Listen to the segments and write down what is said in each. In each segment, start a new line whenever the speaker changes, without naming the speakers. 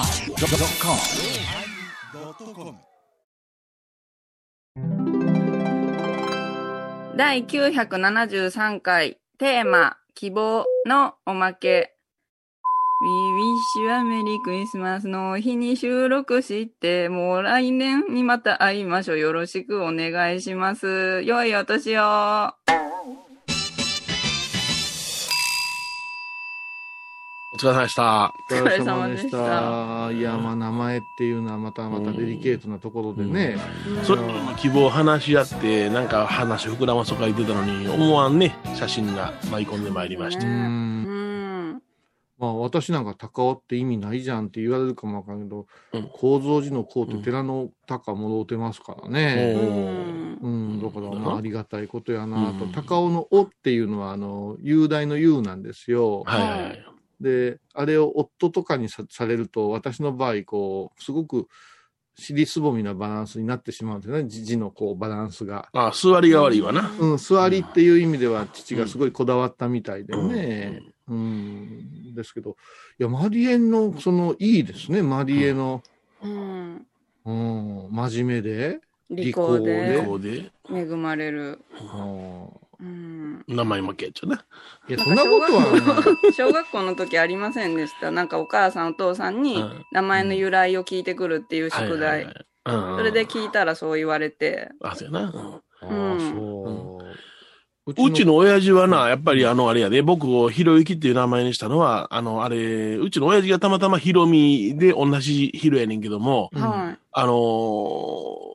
YONNIRI.com
第973回テーマ希望のおまけ We wish you a merry Christmas の日に収録してもう来年にまた会いましょうよろしくお願いします良いお年を
お疲れ様でした。
お疲れ様でし
お疲れ
た。いや、まあ、名前っていうのはまたまたデリケートなところでね。
それぞれの希望を話し合って、なんか話膨らまそうか言ってたのに、思わんね、写真が舞い込んでまいりまし
う
た。
う
ー。
うんん
まあ、私なんか高尾って意味ないじゃんって言われるかもわかんないけど
うん、
構造寺の高って寺の高もろうてますからね。
うん
うん、だからまあありがたいことやなと。
うん
高尾の「お」っていうのは、あの、雄大の「雄」なんですよ。
はいはいはい。
で、あれを夫とかにさされると、私の場合、こう、すごく尻すぼみなバランスになってしまうんですよね、字字のこう、バランスが。
あ、座りが悪いわな。
うん、座りっていう意味では、父がすごいこだわったみたいでね、うん、ですけど、いや、マリエの、その、いいですね、マリエの、
うん
うん、真面目で、
利口で
利
こうで、
恵まれる、
うん、
うん、
名前負けやっちゃうな。
いや、そんなことはない、
小学校の時ありませんでしたなんかお母さんお父さんに
うん
名前の由来を聞いてくるっていう宿
はいはい
題
はいうん
それで聞いたらそう言われて。
あ、そうやな。
あ
うん
あ、そう。
うんうちの親父はな、やっぱりあの、あれやで、僕をひろゆきっていう名前にしたのは、あの、あれ、うちの親父がたまたまひろみで同じひろやねんけども、
うん
は
あのー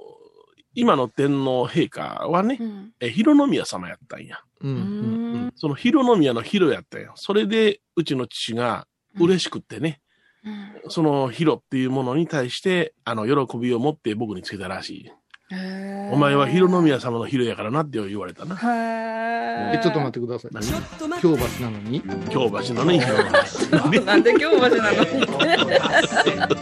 今の天皇陛下はね
い、うん
え、広宮様やったんや。
うん、うん、
う
その広宮の広やったんや。それで、うちの父が嬉しくってね、
ん
その広っていうものに対して、あの、喜びを持って僕につけたらしい。
へー
お前は広宮様の広やからなって言われたな。
へー
え、ちょっと待ってください。京橋なのに
京橋なのに広や。
なんで京橋なの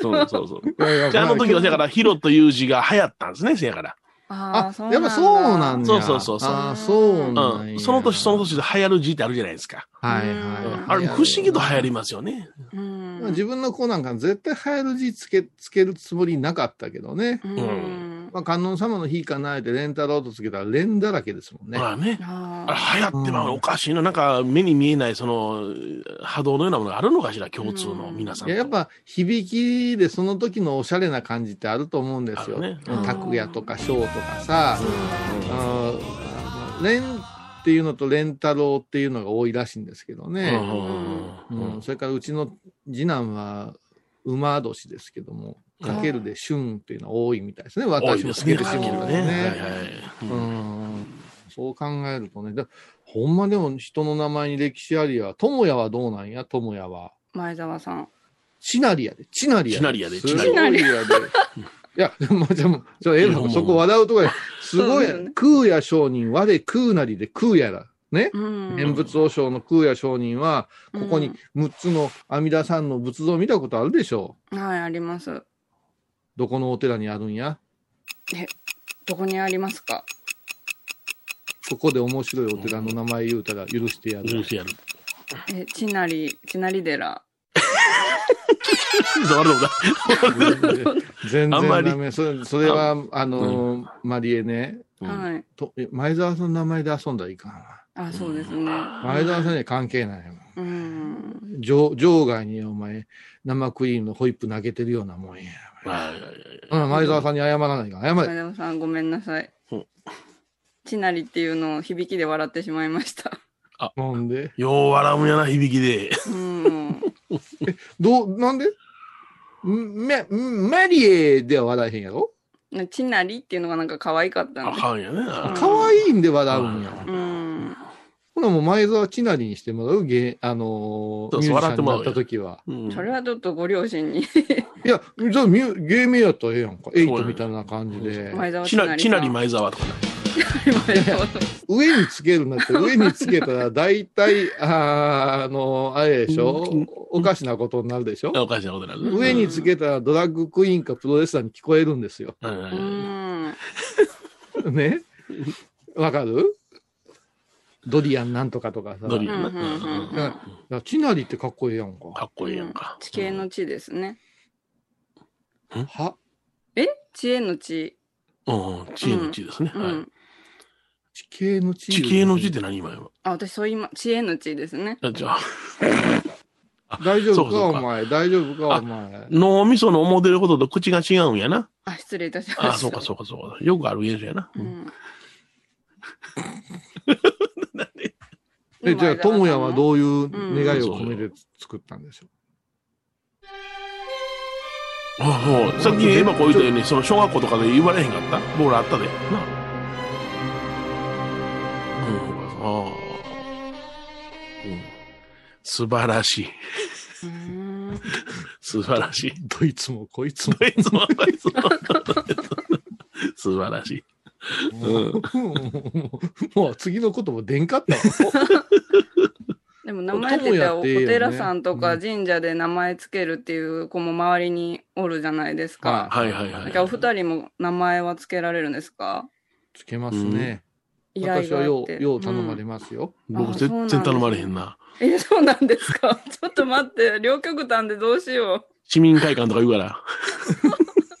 そうそうそう。
いやいや
じゃあ、あの時は、
ま
だから、ヒロという字が流行ったんですね、せやから。
あ
あ、やっぱそうなんだ。
そうそうそうそう
ああ、そうな
うんん。
や。
その年その年で流行る字ってあるじゃないですか。
はいうはい
ん。あれ、不思議と流行り
ま
ますよね。
う
す
ん
まあ自分の子なんか絶対流行る字つけ、つけるつもりなかったけどね。
うん
まあ、観音様の日かなえて、レンタロウとつけたら、レンだらけですもんね。
まあね。あ
あ
れ流行ってまう
うん
おかしいな。なんか、目に見えない、その、波動のようなものがあるのかしら、共通の皆さんと。
いややっぱ響きでその時のおしゃれな感じってあると思うんですよ。
あるね
うん拓也とか翔とかさ、あーレンっていうのとレンタロウっていうのが多いらしいんですけど
う
ね。
んうんう
うん
うん
んそれからうちの次男は馬年ですけども、かけるで旬っていうのは多いみたいですね。
多
私
い
も
で
つ
すね、
け
で
て
き
し
るね。は
まうん
いは
で
い。
うんそう考えるとね、だほんまでも人の名前に歴史ありや、智也はどうなんや、智也は。
前澤さん
チナリアで、チナリア
チナリアです
ごいやで。いや、でも、 でも、ちょ、エイブさん
いや
そこ笑うとこや。すごい
そうですよね、
空也上人、我空なりで空也だ。ね。
うん
念仏王将の空也上人は、
う
こ
ん
こに6つの阿弥陀さんの仏像見たことあるでしょ
はいあります
うどこのお寺にあるんや
どこにありますか
ここで面白いお寺の名前言うたら許してや
ジュー。
る
スやる。
えちなりちなり寺
そうあるのか
全然
あんまり
ダメ。それそれは、あのー、マリエね、
うん
はい
とえ前澤さんの名前で遊んだらいかんわ。
あそうですね
前澤さんには関係ないもん。
うん
場場外にお前、生クリームのホイップ投げてるようなもんや。
はいはいはい
うん、前澤さんに謝らないから、謝
前
れ。
澤さんごめんなさい
うん
ちなりっていうのを響きで笑ってしまいました
もんで。
よう笑うんやな、響きで。
うん
どう、なんでんめ、んマリエでは笑えへんやろ
ねちなりっていうのがなんか可愛かった
あ
んで。
かんやね。
ん
可愛いんで笑うんや。
うん。
ほなもう前澤千なりにしてもらう、げあの
そう
ー
そう
ミュージシ
笑っ
ャ
て
ン
も
に
ら
な
う
っ
よ
た時は。
うん
それはちょっとご両親に。
いや、じゃあミュ芸名やったらええやんか。エイ
そうや
ト
ね
みたいな感じで。
前澤
ちなち
さ
なんり前澤とかな。
前澤さん
上につけるん だって、上につけたら大体、あーあの、あれでしょ
うん
おかしなことになるでしょ
あおかしなことになる。
上につけたらドラッグクイーンかプロレスラーに聞こえるんですよ。
はいはいは
う
い
ん。
ね。わかるドリアンなんとかとかさ。
ドリア
だか
ン
う
な。
んうんうんうん
うん
らチナリってかっこええやんか。
かっこいいやんか。
地形の地ですね。
は、
え知恵の地。
うんうん、知恵の地ですね。
う
はい
ん。
地形の地。
地形の地って何今今。
あ、私そう今、知恵の地ですね。
あじゃあ、
大丈
そう
夫
か
か、
そうか
お前。大丈夫
あ
か、お前。
脳みその思ってることと口が違うんやな。
あ、失礼いたしました。
あ、そうかそうかそうか。よくある現象やな。うん
ん。
え、じゃあ、ともやは
う
どういう願いを込めて作ったんでしょ
あそうさっき今こう言ったように、その小学校とかで言われへんかった。僕らあったで。な。うん、ああ。うん。素晴らしい。
うーん
素晴らしい。
う。どいつもこいつも。
いつも、いつも。素晴らしい。
もうもう次のことも出んかった わ。
でも名前出たお
友也っていいよね
寺さんとか神社で名前つけるっていう子も周りにおるじゃないですか。
はいはいはい。
じゃあお二人も名前はつけられるんですか
つけますね。
依頼
私は
があ
よ
っ
う、
て。
よう頼まれ
うん
ますよ。
僕絶対頼まれへんな。
え、そうなんですか ちょっと待って、両極端でどうしよ
市民会館とか言うから。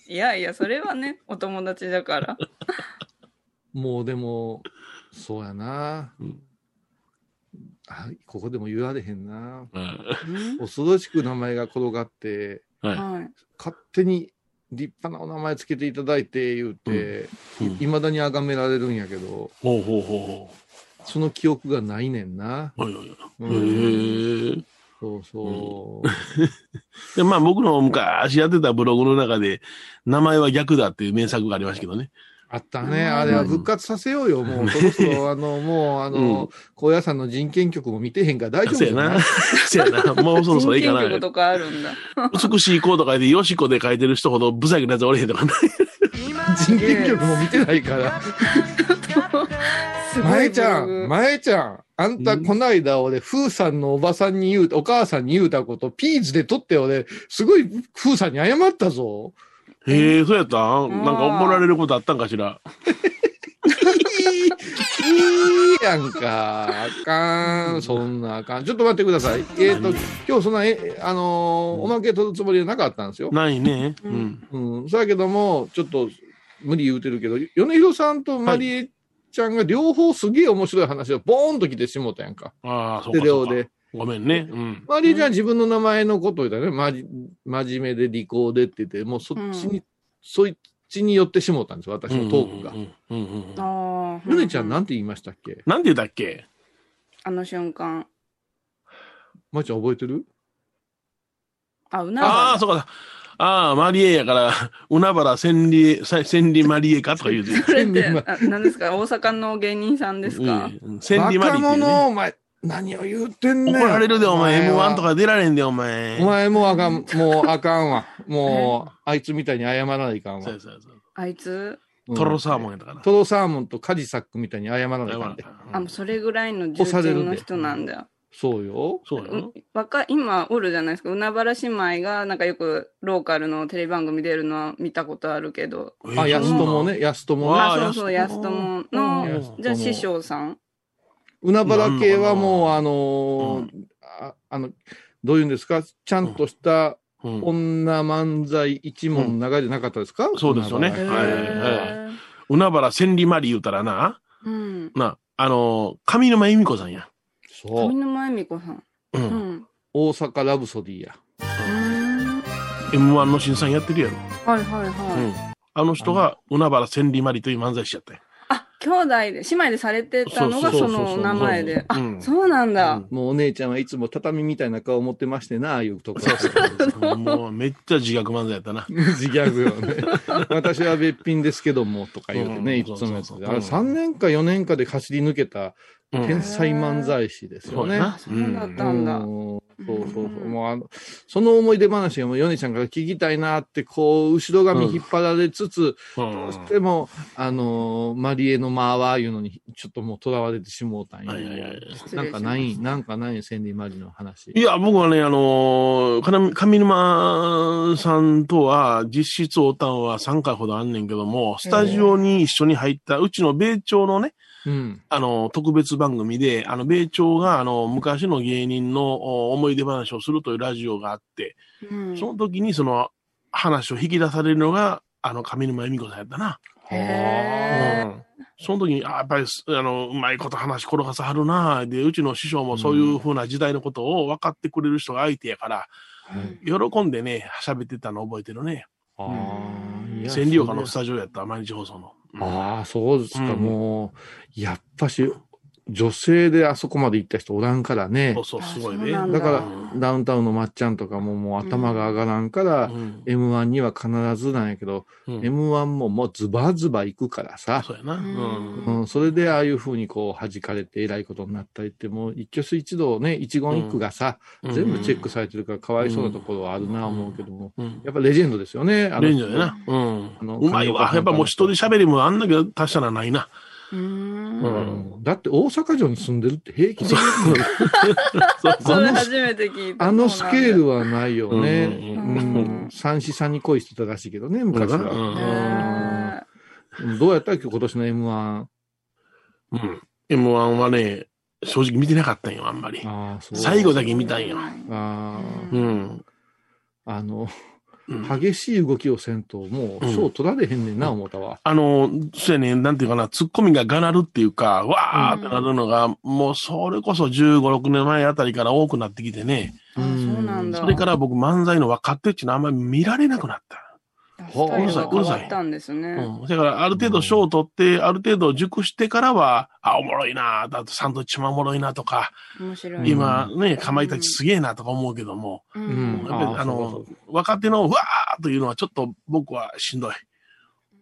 う。いやいや、それはね、お友達だから。
もうでも、そうやな。
うん
あここでも言われへんな。
うん
恐ろしく名前が転がって、
は
はい。
勝手に立派なお名前つけていただいて言うて、
い。うん
いまだに崇められるんやけど、
ほうほうほ
その記憶がないねんな。
うほう。はいはいはい
う
へ
ん、
え。
そうそう。
で、まあ僕の昔やってたブログの中で、名前は逆だっていう名作がありましたけどね。
あった
う
ね。
ん
あれは復活させようよ。もう、そろそろ、あの、もう、あ
う
の、高野山の人権局も見てへんから大丈
そ
夫
や
よな
な。そやな。もうそろそろいかな
人権局
い。
とかあるんだ。
美しい子とか言って、よしこで書いてる人ほどブサイクなやつおれへんとかな。
人権局も見てないから。
すごい
前ち
ブ
ゃ
ロ
ん、
グ
前ちゃん、あんたこないだ俺、ふーさんのおばさんに言うた、お母さんに言うたこと、ピーズで撮って俺、すごいふーさんに謝ったぞ。
へえ、そうやったんなんか怒られることあったんかしら。
いい、いいやんか。あかん、そんなあかん。ちょっと待ってください。えっ、と、今日そんな、え、あのーおまけ取るつもりはなかったんですよ。
ないね。う
うんん。
うん。そやけども、ちょっと、無理言うてるけど、米広さんとマリエちゃんが両方すげえ面白い話をボーンと来てしもうたやんか。
ああ、そう
で、
かそ
両
うか。
で。
ごめんね。うん。
マリエちゃんは自分の名前のことを言ったね。まじ、真面目で利口でって言って、もうそっちに、そっちに寄ってしもうたんですよ、私のトークが
う。んうんうんうん。
あー
ヨネちゃん
うう
なんて言いましたっけ
なんて言ったっけ
あの瞬間。
マリちゃん覚えてる
あ、うな
あ
ば
あ、そうか。ああ、マリエやから、 海原千里、さ千里マリエかとか言うて。
それっ
千里
て、あ何ですか大阪の芸人さんですか、
うん千里マリエ
若
っていうね、
者、お前、何を言ってんねん。
怒られるで、お前。
は
M1 とか出られんで、お前。
お前もうあかん、もうあかんわ。もう、あいつみたいに謝らないかんわ
そう。やそうやそうや
あいつ
うん
トロサーモンやったから。
トロサーモンとカジサックみたいに謝らない
や
か
ば
んで
い。
あ、もうそれぐらいの重鎮の人なんだよ。
そうよ。
そうやろ
う若い今おるじゃないですか。海原姉妹が、なんかよくローカルのテレビ番組出るのは見たことあるけど。
あ、
えー
安友。ね、安友ね。
あ
あ
ー
そうそう、
安
安
友
友
うん
の、
安友
じゃあ師匠さん。
海原系はもう、あの
う
ーあ、あの、どういうんですかちゃんとした
うんうん
女漫才一問の中じゃなかったですか、
そうですよね
海
へ
原
はい
系は
はい
ー
海原千里マリ言うたらな、
うん。
な、あの、上沼恵美子さんや。
そ
上
う。
沼恵美子さん。
う。
うんん。
大阪ラブソディや。
うーん
M1 の審査員やってるやろ。
はいはい
うん
はい。
あの人が、海原千里マリという漫才師やったんや
あ、兄弟で、姉妹でされてたのが
そう
そ
そう
そうそう
の名前で。あ
う、ん
そうなんだ。
もうお姉ちゃんはいつも畳みたいな顔を持ってましてな、ああいうとこ。
もうめっちゃ自虐漫才やったな。
自ギャグよね。 私は別品ですけども、とか言うてね、
うん
いつもやつ
そうそう
で。
そう
あれ3年か4年かで走り抜けた
うん
天才漫才師ですよ
そう
ね
や。な。
そうだっ
う
たんだ。
んそうそうそう。
うん
もうあの、その思い出話がもうヨネちゃんから聞きたいなって、こう、後ろ髪引っ張られつつ、
うん
どうしても、あのーマリエの間はいうのに、ちょっともう囚われてしもうたん
はいはいは
や
い。
失
な
礼しま
んか
した
ない、なんかない、千里マリの話
い。や、僕はね、あのーかな上沼さんとは、実質おたんは3回ほどあんねんけども、スタジオに一緒に入った、うちの米朝のね、
うん。
あの、特別番組で、あの、米朝が、あの、昔の芸人のお思い出話をするというラジオがあって、
うん
その時にその話を引き出されるのが、あの、上沼恵美子さんやったな。
へ
は
その時に、あやっぱりす、あの、うまいこと話転がさはるなで、うちの師匠もそういうふうな時代のことを分かってくれる人が相手やから、
あはい
喜んでね、喋ってたの覚えてるね。
あ
うん
ーいや
千里岡のスタジオやった、毎日放送の。うん
ああ、そうですか、
うん
もう、やっぱし、女性であそこまで行った人おらんからね
そう。そう、すごい
あそう
ね。
なん
だか
う
ら、ダウンタウンのまっちゃんとかももう頭が上がらんから、
うん。
M1 には必ずなんやけど、
うん
M1 ももうズバズバ行くからさ、
そうやな。う
うん
ん。
うん、それでああいうふうにこう弾かれて偉いことになったりって、もう一挙手一動ね、一言一句がさ、全部チェックされてるからかわいそうなところはあるな思うけども、
うん。うん
やっぱレジェンドですよね。あの
レン
人
ジャーやな。うん
あの。
うまいわ。やっぱもう人で喋りもあんだけど達者なないな。
う。
うんん
だって大阪城に住んでるって平気で言うの
そう
それ初めて聞いた。
あのスケールはないよね。
う
うんん。三子さんに恋してたらしいけどね、昔
そうだなうん
は。
ね
うんどうやったっけ今年の M1。あ
うん。M1 はね、正直見てなかったんよ、あんまり。
あ、そう。
最後だけ見たんよ。
あ
う
うんん。
あ、あの、
うん
激しい動きをせんと、もう、賞取られへんねんな、
うん
思ったわ。
あの、そうやね、なんていうかな、ツッコミががなるっていうか、わーってなるのが、もうそれこそ15、6年前あたりから多くなってきてね、
あそうなんだ
それから僕漫才の若手っていうのはあんまり見られなくなった。
スタイルが変わったんですね。
うん。だから、ある程度賞を取って、ある程度熟してからは、あ、おもろいなあとサンドイッチもおもろいなとか、
面白い。
今ね、かまいたちすげえなとか思うけども、
う
うん
やっぱり
あー
あ
そ
の
う、
若手のうわーというのはちょっと僕はしんどい。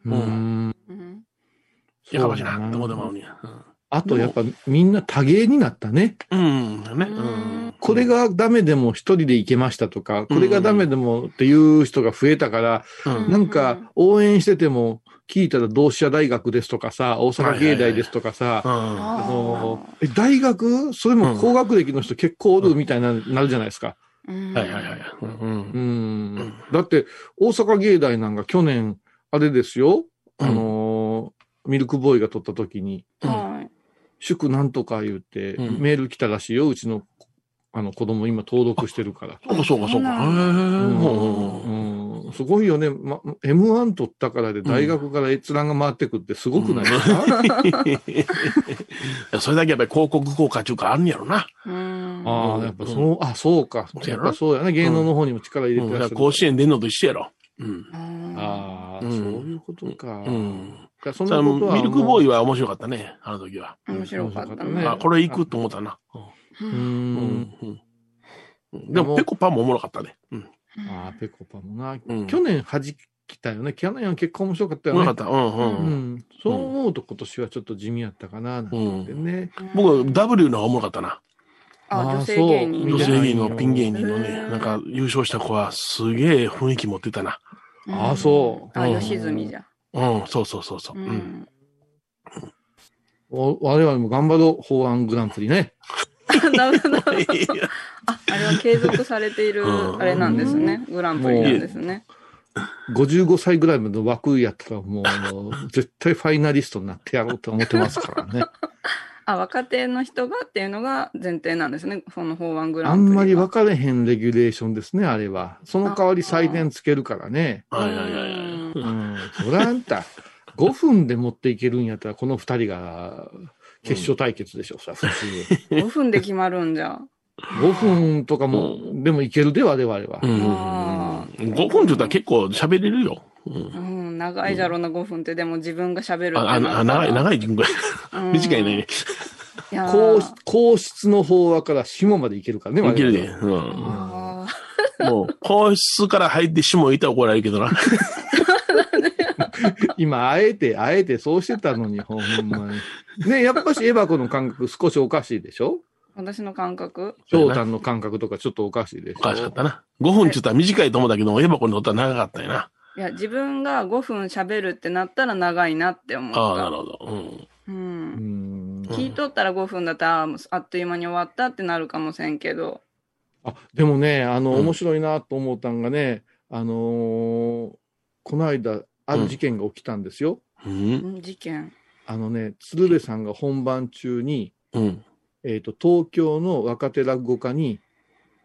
う
うん
ん。
うん
やかましいなって思ってま
そううだな
に。
あと、やっぱ、みんな多芸になったね。
うん。うん、ね。
う
うんん。
これがダメでも一人で行けましたとか、これがダメでもっていう人が増えたから、
うん、うん。
なんか応援してても聞いたら同志社大学ですとかさ、大阪芸大ですとかさ、
あ
あ
あ
の、え、大学それも高学歴の人結構おるみたいな、なるじゃないですか。
うん
はいはいはい。うんうん
うん。だって、大阪芸大なんか去年、あれですよ、あのー、ミルクボーイが取った時に、
はい
祝なんとか言って、
うん
メール来たらしいよ、うちの、あの子供今登録してるから。
そうかそうかそ
そう
うか。へ
だ
ーほうほうほう
うんすごいよね。ま、M1 取ったからで大学から閲覧が回ってくってすごくないですか、
いやそれだけやっぱり広告効果っていうかあるんやろな。
うん
ああ、やっぱその、あ、そうか。やっぱそうやね。芸能の方にも力入
う
れ
ん、
て
だから
らっしゃる。
甲子園出んのと一緒やろ。うん。
うん
ああ、
うん
そういうことか。
う
じ
ん。
ゃあそん
そ
な
れ
ことは。
ミルクボー
イ。
イは面白かったね、あの時は。
面白かった
うん
ね
あ、。これ行くと思ったな。
う
うん。
うんん。うんでも、ペコパンもおもろかったね。うん。
ああ、ペコパもな。
うん
去年弾きたよね。去年は結構面白かった
おも
よ
ろか
ね
っ。た。うんう。
うんん。そう思うと今年はちょっと地味やったかな、なんてね。
僕、W の方がおもろかったな。
あ女性芸人
女
あそう
性芸人のピン芸人の
へ
ね、
ー
なんか優勝した子はすげえ雰囲気持ってたな。
あそう
あ
うん
吉住じゃ
うん、そうそうそうそう。
う
うん。
ん
お我々も頑張ろう。法案グランプリね。
ダメだああれは継続されている
うん
あれなんですねグランプリなんですね
55歳ぐらいまでの枠やったらもう、あの絶対ファイナリストになってやろうと思ってますからね。
あ若手の人がっていうのが前提なんですねその法案グラ
あ
ンプリ
ん
は
まり分かれへんレギュレーションですね、あれは。その代わり採点つけるからね。
はいはいはいはい。
うん。そらあんた、5分で持っていけるんやったら、この2人が決勝対決でしょ、さ、普通。
5分で決まるんじゃ
5分とかも、でもいけるで、我々は
う。ん
あ
5分って言ったら結構喋れるよ。うん
うん長いじゃろうな5分ってでも自分が喋る
あ、ああ長い、長い時間ぐらい。
い
短いね。
やー
皇室皇室の法話から下までいけるからね、
いけるで。
は。
うん。
あ
もう、皇室から入ってしもいたら怒られるけどな。
今、あえて、あえてそうしてたのに、ほんまに。ね、やっぱしエバコの感覚少しおかしいでしょ
ー私の感覚
翔太の感覚とかちょっとおかしいでしょ
おかしかったな。5分って言ったら短いと思うんだけど、エバコにとったら長かったよな。
いや自分が5分喋るってなったら長いなって思った
ああ、なるほど。うん。
う、
うんん
聞いとったら5分だったらあーあっという間に終わったってなるかもせんけど
あでもね、あの、
うん
面白いなと思ったんがね、あのーこの間、ある事件が起きたんですよ。
うん。
ん事件
あのね、鶴瓶さんが本番中に、
うん。
えっ、と、東京の若手落語家に、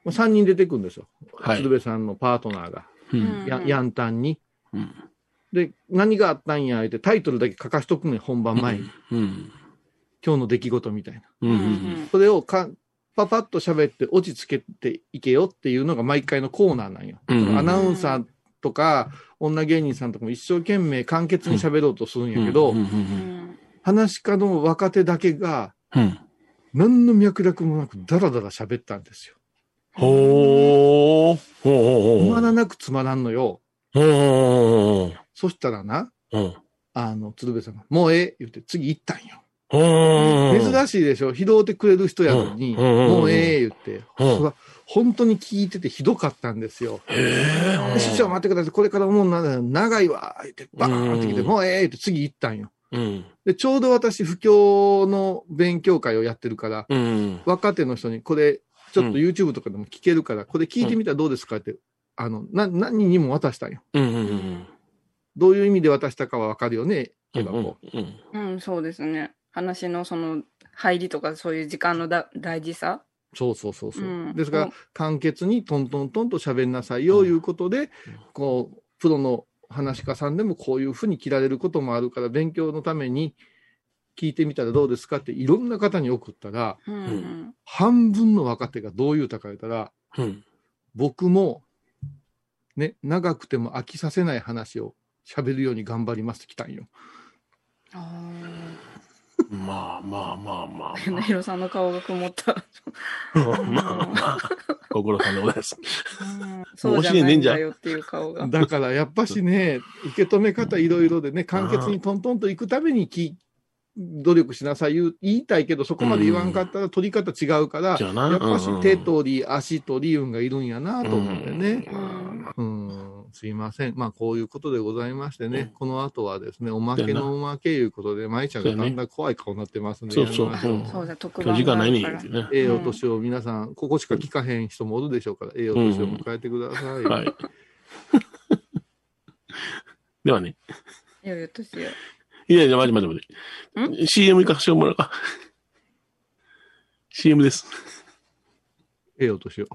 まあ、3人出てくるんですよ。
はい
鶴瓶さんのパートナーが、
うん。
や
うん
ヤンタンに。
うん。
で、何があったんや、言ってタイトルだけ書かしとくねん、本番前に。
うん。
今日の出来事みたいな。
うん。うん。
それをかパパッと喋って落ち着けていけよっていうのが毎回のコーナーなんよ。
うん
アナウンサーとか女芸人さんとかも一生懸命簡潔に喋ろうとするんやけど、
うん。
話し家の若手だけが
うん。
何の脈絡もなくダラダラ喋ったんですよ。
ほー。ほう
つ
ほうほう。
まらなくつまらんのよ。
ほうほう
そしたらな、
ほう。
あの、鶴瓶さんが、もうええ言って次行ったんよ。
うん。
珍しいでしょ拾ってくれる人やのに、
うんうん
もうええ言って、
うん
それは本当に聞いててひどかったんですよ。
へ
で
ー。
師匠待ってください、これから思うのは長いわ、言って、バーンって来て、
うん
もうええって次行ったんよ。
うん。
で、ちょうど私、不況の勉強会をやってるから、
うん。
若手の人に、これ、ちょっと
う
YouTube とかでも聞けるから、これ聞いてみたらどうですかって、あの、な、何人にも渡したんよ。
うん。うん。
どういう意味で渡したかはわかるよね、エヴァ
うん
子。。
うん。
うん、そうですね。話のその入りとかそういう時間のだ大事さ。
そうそうそうそう。
うん
ですか
う
ら
ん、
簡潔にトントントンと喋んなさいよ、
うん
いうことで、こう、プロの話し家さんでもこういうふうに切られることもあるから、勉強のために聞いてみたらどうですかっていろんな方に送ったら、
うんうん。
半分の若手がどう言うたか言ったら、
うん。
僕も、ね、長くても飽きさせない話を喋るように頑張りますって来たんよ。
あ
まあまあまあまあ
あ。なひろさんの顔が曇った。
まあ。まあまあ。ご苦労さんでございます。
そうじゃないんだよっていう顔が。
だからやっぱしね、受け止め方いろいろでね、簡潔にトントンと行くためにき努力しなさい言う言いたいけど、そこまで言わんかったら取り方違うから、
じゃあな
やっぱし
う
手
んうん
取り、足取り運がいるんやなと思うんでね。
うん
うん、すいません。まあ、こういうことでございましてね、
うん
この後はですね、おまけ
だよな
のおまけいうことで、舞ちゃんが
そうやね
だんだん怖い顔になってますんで、
そうそう
やめまし
う
ょ
ん
そうじゃ特
今
番
日時間ないねん
がある
言
か
うて
ら
ね。
ええお年を皆さん、ここしか聞かへん人もおるでしょうから、ええお年を迎えてください。
はい。ではね。
いよいよ年よ。
いやいや、待て待て待て。CM 行かせてもらうか。CM です。
ええお年を。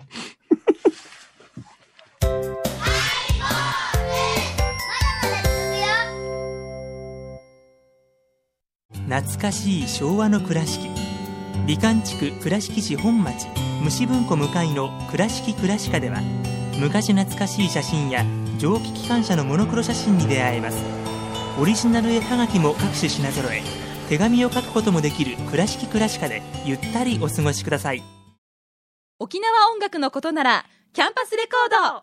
懐かしい昭和の倉敷美観地区倉敷市本町虫文庫向かいの「倉敷倉歯科」では昔懐かしい写真や蒸気機関車のモノクロ写真に出会えますオリジナル絵はがきも各種品揃え手紙を書くこともできる「倉敷倉歯科」でゆったりお過ごしください
沖縄音楽のことならキャンパスレコー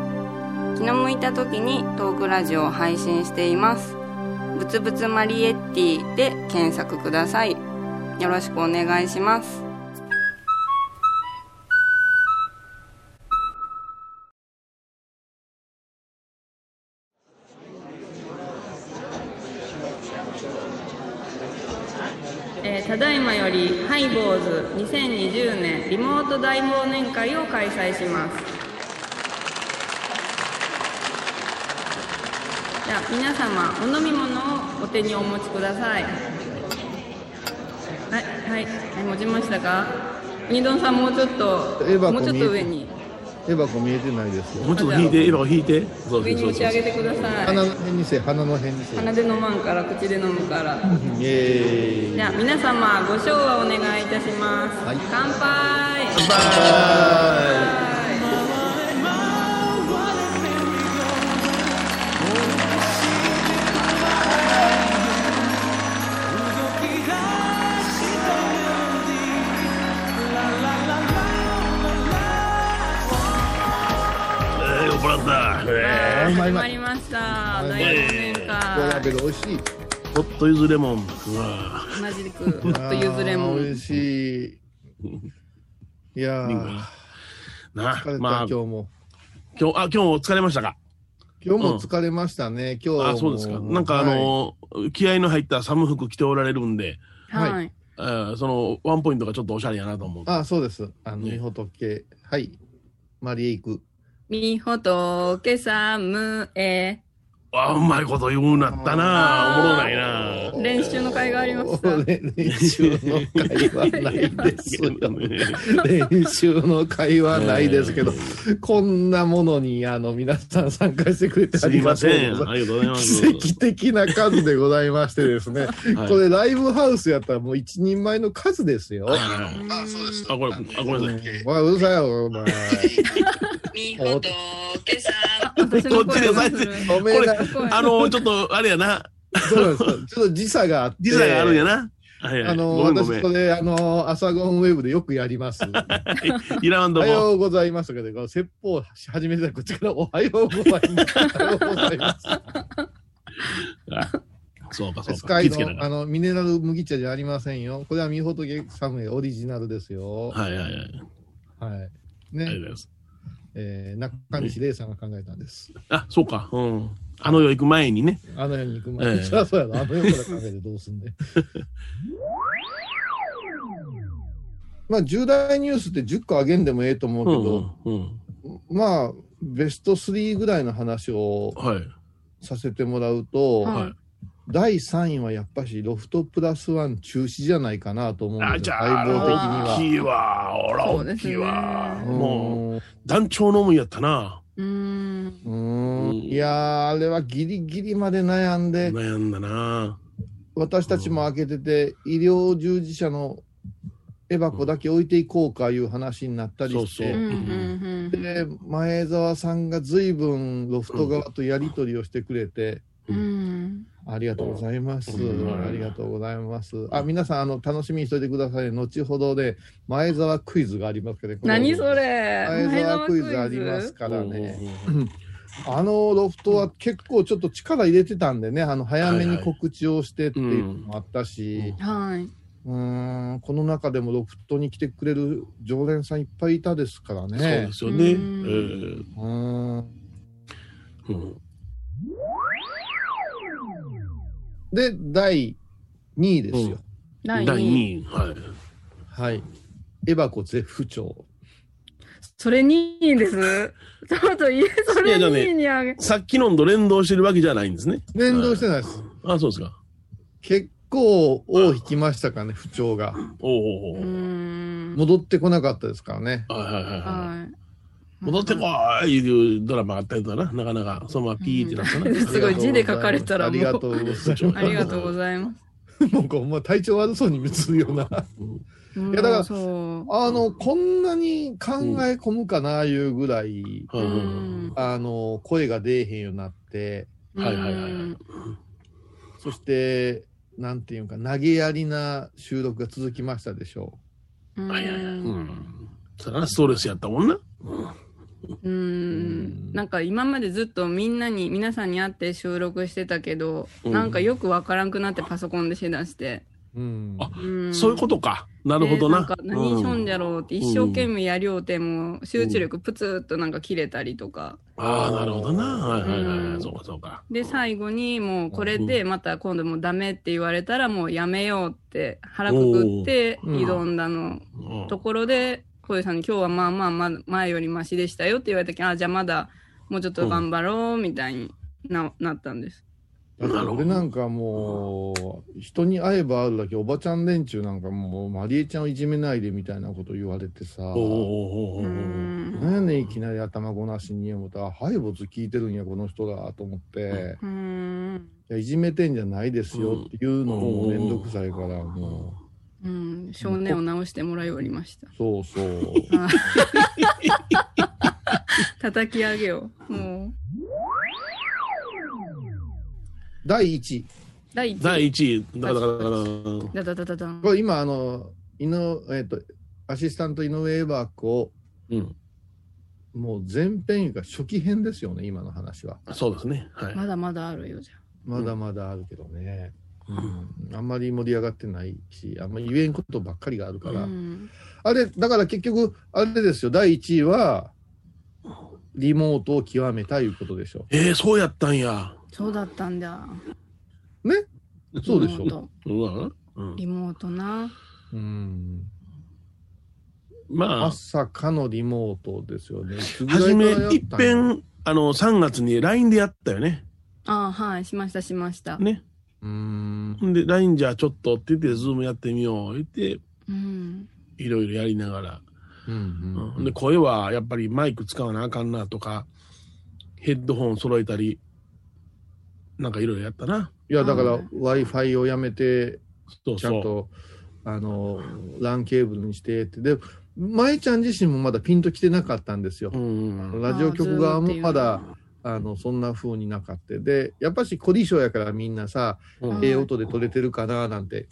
気の向いた時にトークラジオを配信していますぶつぶつマリエッティで検索くださいよろしくお願いしますえーただいまよりハイボーズ2020年リモート大忘年会を開催しますじゃあ皆様お飲み物をお手にお持ちくださいはいはい、はい、持ちましたかウニドンさんもうちょっと
エヴァコ
もうちょっ
見えて
と上に
エバコ見えてないですよ。
もうちょっと引いて、エヴァを引いて。そうそ
上
う
に
そ
持
う
ち
そう
上。げてくださ
鼻
い
の辺にせえ、鼻の辺にせえ。
鼻で飲まんから口で飲むから
イエーイ
じゃあ皆様ご賞和お願いいたします、
はい
乾杯
ええ、酔っ払った。え
始
まい
まりました。大忘年
どうだけ
会。
ど美味しい。
ホットゆずレモン。うわ
同じく、ほっと譲れも
あー美
ん。
味し い。いや
リンゴ
ー、
な
疲れた、
まあ、
今日も。
今日、あ、今日疲れましたか
今日も疲れましたね、今日も。
あ、そうですか。なんかあの、気合の入った寒服着ておられるんで、
はい
はい。
えーその、ワンポイントがちょっとおしゃれやなと思う。
はいあ、そうです。あの、
ね
みほとけ。はい。マリエ行く。
みほとけさむえ。
あ、うまいこと言うなった
あ
な
ー
おもろないな
練習の甲斐がありました
おー練習の会はないですよね。 練習の会はないですけど、こんなものに、あの、皆さん参加してくれてあ
すい
り
ま
がとうご
せ
ざいます
ん。。ありがとうございます。
奇跡的な数でございましてですね、
はい
これライブハウスやったらもう一人前の数ですよ。
はい
あ、そうです。
あ、これ、あ、ごめんなさい。
お前うるさいよ、お前。
み
ほと
けさむ
こっちで最初
ごめんな
これ
あの、ちょっと、あれやな。
そうなんですよちょっと時差があって。
時差があるんやな。はいはい。
あの、
ごめんごめ
私
ん
こ。れ、あの、朝ゴンウェブでよくやり ます。
いらん
お
ど
は
も。
ようございますがね、この説法し始めてたこっちからおはようございます。おはようございます。
あそうか、そう
ス
か。
カ
気
イ
ぃつけな
の
が
あのミネラル麦茶じゃありませんよ。これはミホトゲサムエオリジナルですよ。
ら。はいはいはい。ありがと
はい。
うござい
ね、
ます。
えー、中西礼さんが考えたんです。
あ、そうか。うん。あの世行く前にね。
あの世に行く前
ええ
に。 そりゃそうやろ。あの世から考えてどうすん ねん。まあ、重大ニュースって10個あげんでもええと思う
う
け
んう
ど
ん、。うん
まあ、ベスト3ぐらいの話を
はい。
させてもらうと、
はい
はい。
第3位はやっぱしロフトプラスワン中止じゃないかなと思うん
あ、
です
じ
よ、
ゃあ、
相棒的
大
には。
きいわ。おら、
そう
大
です
き
ね
いわ。もう、
う
団長のもんやったな。
うーん。
うーんいやー、あれはギリギリまで悩んで、
悩んだな。
私たちも開けてて、医療従事者のエバコだけ置いていこうかいう話になったりし
そう
うん
そう
て、
うんうん
で前澤さんが随分ロフト側とやり取りをしてくれて、
うん。
ありがとうございます。
うん
ありがとうございます。あ、皆さん、あの、楽しみにしといてください。後ほどで、前澤クイズがありますけどね。こ
何それ
前澤クイズあります。から
うん
ね。あのロフトは結構ちょっと力入れてたんでね、あの早めに告知をしてっていうのもあったし、
はい。
うーん、この中でもロフトに来てくれる常連さんいっぱいいたですから
そう
ね
で。すよね。え
うん
ー
うー
う
ん
ん
で、第2位ですよ。
第
第
二位。
2位。はい。
はい。エバコ絶不調。
それ2位 です。ちょっといえ、それ2位にあげ。
さっきのんと連動してるわけじゃないんですね。
連動してないです。
あ、そうですか。
結構、を引きましたからね、不調が。
おうおう
う
おう。
ーん。
戻ってこなかったですからね。
はいはいはいは
はい。
い。戻ってこいいうドラマがあったやつだな。なかなか、そのままピーってなったな。
すごい字で書かれたらもう
ありがとうございます。
ありがとうございます。
もうこう、まあ、体調悪そうに映るような。
い
やだから
そう。
あの、こんなに考え込むかな、いうぐらい、
はいはいはい
あの、声が出えへんようになって、
はいはいはいはい
うん
そして、なんていうんか、投げやりな収録が続きましたでしょ
うん
はいはいはい。うん。そらストレスやったもんな。
う
うん
んなんか今までずっとみんなに皆さんに会って収録してたけど、
うん
なんかよくわからんくなってパソコンでしだして、
う。うん。
あ
うん
そういうことか。なるほどな。
でんか何しょんじゃろうって一生懸命やりょうても集中力プツッとなんか切れたりとか
ああ、なるほどな。はいはいはい。
うん
そうかそうか。
で最後にもうこれでまた今度もうダメって言われたらもうやめようって腹くくって
おーうん
挑んだの
うん
ところで小遊さんに今日はまあまあまあ前よりマシでしたよって言われた時あじゃあまだもうちょっと頑張ろうみたいにななったんです。
だって俺なんかもう、人に会えば会うだけ、おばちゃん連中なんかもう、マリエちゃんをいじめないでみたいなこと言われてさ、
おうおうおうおうおう
うーん
なんやねん、いきなり頭ごなしに思ったら、敗没聞いてるんや、この人だ、と思って、
うーん
いや、いじめてんじゃないですよっていうのもめんどくさいから、も
うん、少年を直してもらいおりました
う、。そうそう。
叩き上げよう。もう、
第一位。
第1位。
第1位。だから、だか
だ
ら、
だだだだん。
これ今、あの、井上、えっ、と、アシスタント井上エバー子、
うん。
もう前編いうか初期編ですよね、今の話は。
そうですね。はい。
まだまだあるよ、じゃあ
まだまだあるけどね。
う
うんあんまり盛り上がってないし、あんまり言えんことばっかりがあるか
う
ら。
ん
あれ、だから結局、あれですよ、第1位は、リモートを極めたいうことでしょ
えー、そうやったんや。
そうだったんだ。
う。そうでしょ
リモート
うわうん、
リモートな。
う。うん。
ま
ま
あ、
さかのリモートですよね。
はじめ、いっ
一
ぺん、あの、3月に LINE でやったよね。
ああ、はい、しました、しました。
ね。
うん。
んで、LINE じゃあちょっとって言って、ズームやってみようって、
うん。
いろいろやりながら。
うんうん
うん、で、声はやっぱりマイク使わなあかんなとか、ヘッドホン揃えたり、なんかいろいろやったな。
いや、だから
はい
Wi-Fi をやめて、
そう
ちゃん
そう。
と、あの、LAN ケーブルにしてって。で、舞ちゃん自身もまだピンときてなかったんですよ
う。んうん。
ラジオ局側もまだ、あの、そんな風になかった。で、やっぱし、凝り性やからみんなさ、
うん
ええ音で撮れてるかななんて、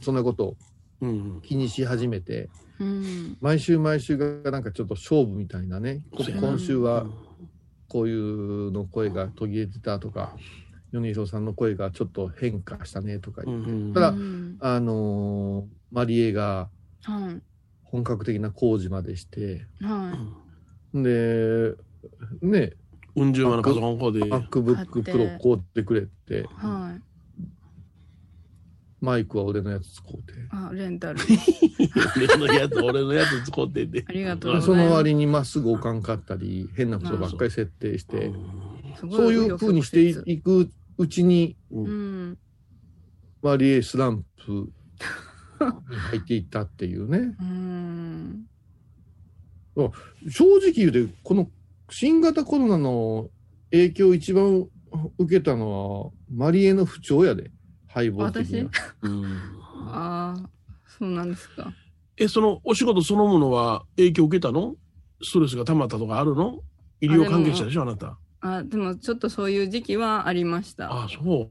そんなことを
うん。
気にし始めて、
うん。
毎週毎週がなんかちょっと勝負みたいなね、こ
そうやな
今週はこういうの声が途切れてたとか、米広さんの声がちょっと変化したねとか、
うんうん
ただ
うん
あのーマリエが
は
本格的な工事までして、
い。は
で、ね、
うん十万のパソコンコーデ。
MacBook
買っ
Pro
て
買うてくれて、
い。はい。
マイクは俺のやつ使うて。
あ、レンタル。
俺のやつ、俺のやつ使ってて。
ありがとう
うん
ございます
その割にまっすぐおかんかったり、変なことばっかり設定して、
すご
そういう風にしてい
右
いくうちに、
折うん。
マリエスランプに入っていったっていうね。
うん。
正直言うて、この新型コロナの影響を一番受けたのは、マリエの不調やで、敗北的には。
うん
ああ、そうなんですか。
え、そのお仕事そのものは影響受けたのストレスが溜まったとかあるの医療関係者でしょあなた。
あ、でもちょっとそういう時期はありました。
あ、そう。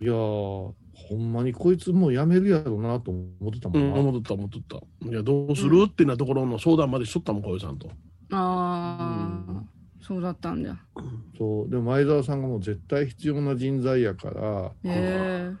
いやー、ほんまにこいつもうやめるやろうなと思ってたも
うんん、
な。
戻った、戻った。いや、どうするってなところの相談までしとったもん、小江さんと。
ああ、そうだったんだ。
そうでも前澤さんがもう絶対必要な人材やから、
へ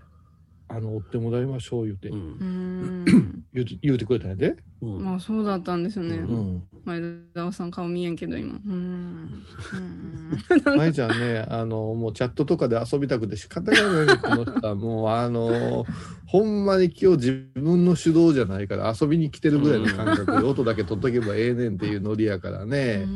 あの、追ってもらいましょう言うて、
うん
え。う。 ん。
言うて言うてくれたんやで。
うん
まあそうだったんですね。
うん
前澤さん顔見えんけど今。うん。うん
まゆちゃんね、あの、もうチャットとかで遊びたくて仕方がないこの人は、もうあの、ほんまに今日自分の主導じゃないから遊びに来てるぐらいの感覚で音だけ取っとけばええねんっていうノリやからね。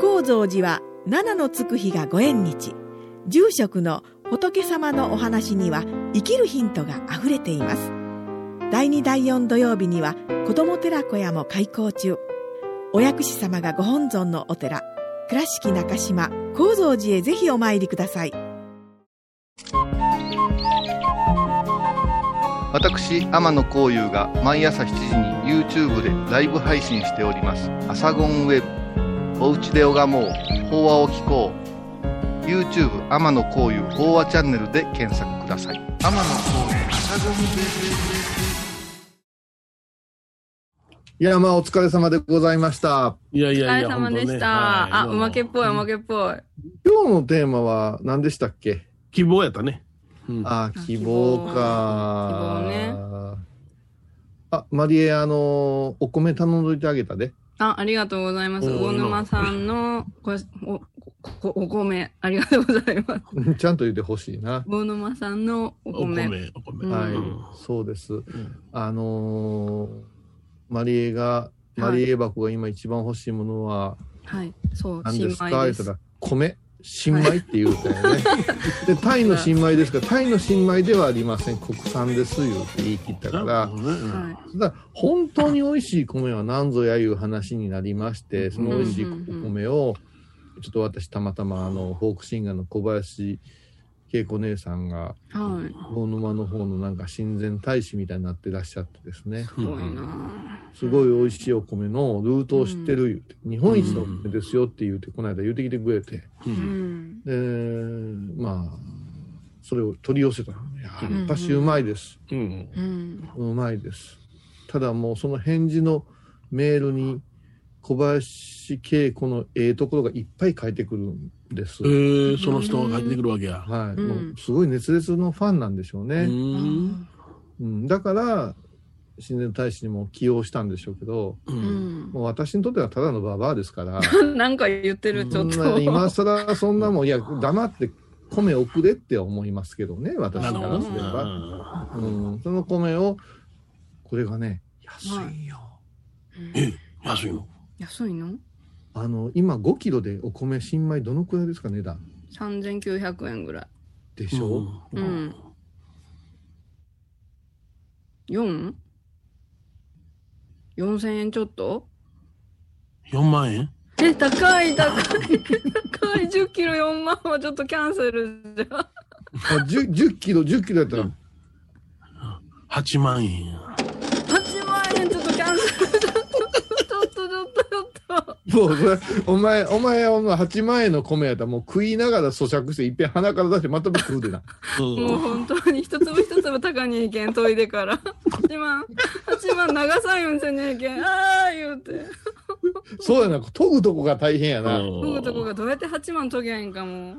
高蔵寺は七のつく日がご縁日住職の仏様のお話には生きるヒントがあふれています第2第4土曜日には子ども寺小屋も開校中お薬師様がご本尊のお寺倉敷中島・高蔵寺へぜひお参りください
私天野幸雄が毎朝7時に YouTube でライブ配信しております「朝サゴンウェブ」「おうちで拝もう法話を聞こう」YouTube 天野幸雄法話チャンネルで検索ください天野幸雄朝ゴンウェブ
いや、まあお疲れ様でございました。
いやい
お
や
疲
い
れ
や、
様
本当
で
ね
し
はい
た。あ、
ま
おまけっぽい、おま
け。
けっぽい。
今日のテーマは何でしたっけ
希望やったね。うん。
あー、希望か。
希
ね。あ、マリエ、あのーお米頼んどいてあげたで。
あ、ありがとうございます。
お
大沼さんのごおこお米、ありがとうございます。
ちゃんと言ってほしいな。
大沼さんのお
お
米。
米、お米。
うん
はい
うん、
そうです
ん。
あのーマリエが、マリエ箱が今一番欲しいものは
はい、そう、
何
新
ですか
米
言
で
った
す。
ら、米。新米って言うたよね。で、タイの新米ですが、タイの新米ではありません。国産ですよって言い切ったから
なる、ほどねうん
はい。
だから本当に美味しい米は何ぞやいう話になりまして、その美味しいお米を、ちょっと私たまたまあの、フォークシンガーの小林恵子姉さんが、
はい。
大沼の方のなんか親善大使みたいになってらっしゃってですね、
すごいな
すごい美味しいお米のルートを知ってる言うて、日本一のお米ですよって言うて、この間言うてきてくれて、
う
ぁうんん。
で、まあ、それを取り寄せたの。やっぱしうまいです。
うん。
うん。
うまいです。ただもうその返事のメールに小林恵子のええところがいっぱい書いてくるんです。
えー、その人が帰ってくるわけや。
はい、
うん
もうすごい熱烈のファンなんでしょう
う
ね。
ん。
うんだから親善大使にも起用したんでしょうけど、
う。
うんん
もう私にとってはただのババアですから、
なん か言ってる、ち
そ
ょ
ん
っ
な
と。
今更そんなもん、いや、黙って米送れって思いますけどね、私
な
か
るほ
ら
ど
すれば。
な。
うん、その米を、これがね、安いよ。
安いの。
安いの
あの今5キロでお米新米どのくらいですか値段
?3900 円ぐらい。
でしょう、
う。
うんん。4?4000 円ちょっと
4万円
え、高い、 高い、高い。10キロ4万はちょっとキャンセルじゃ。
あ 10, 10キロ10キロやったら
?8 万円や。
8万円 ちょっとキャンセルじゃ。ちょっと、ちょっと、ちょっと、ちょっと。
もうそれお前お前はお前8万円の米やったらもう食いながら咀嚼していっぺん鼻から出してまた食うでな
もう本当に一粒一粒高にいけん、研いでから。8万、8万長さい運せねえけん。あー言うて。
そうやな研ぐとこが大変やな、
僕のとこ
が。
がどうやって8万研げんかも。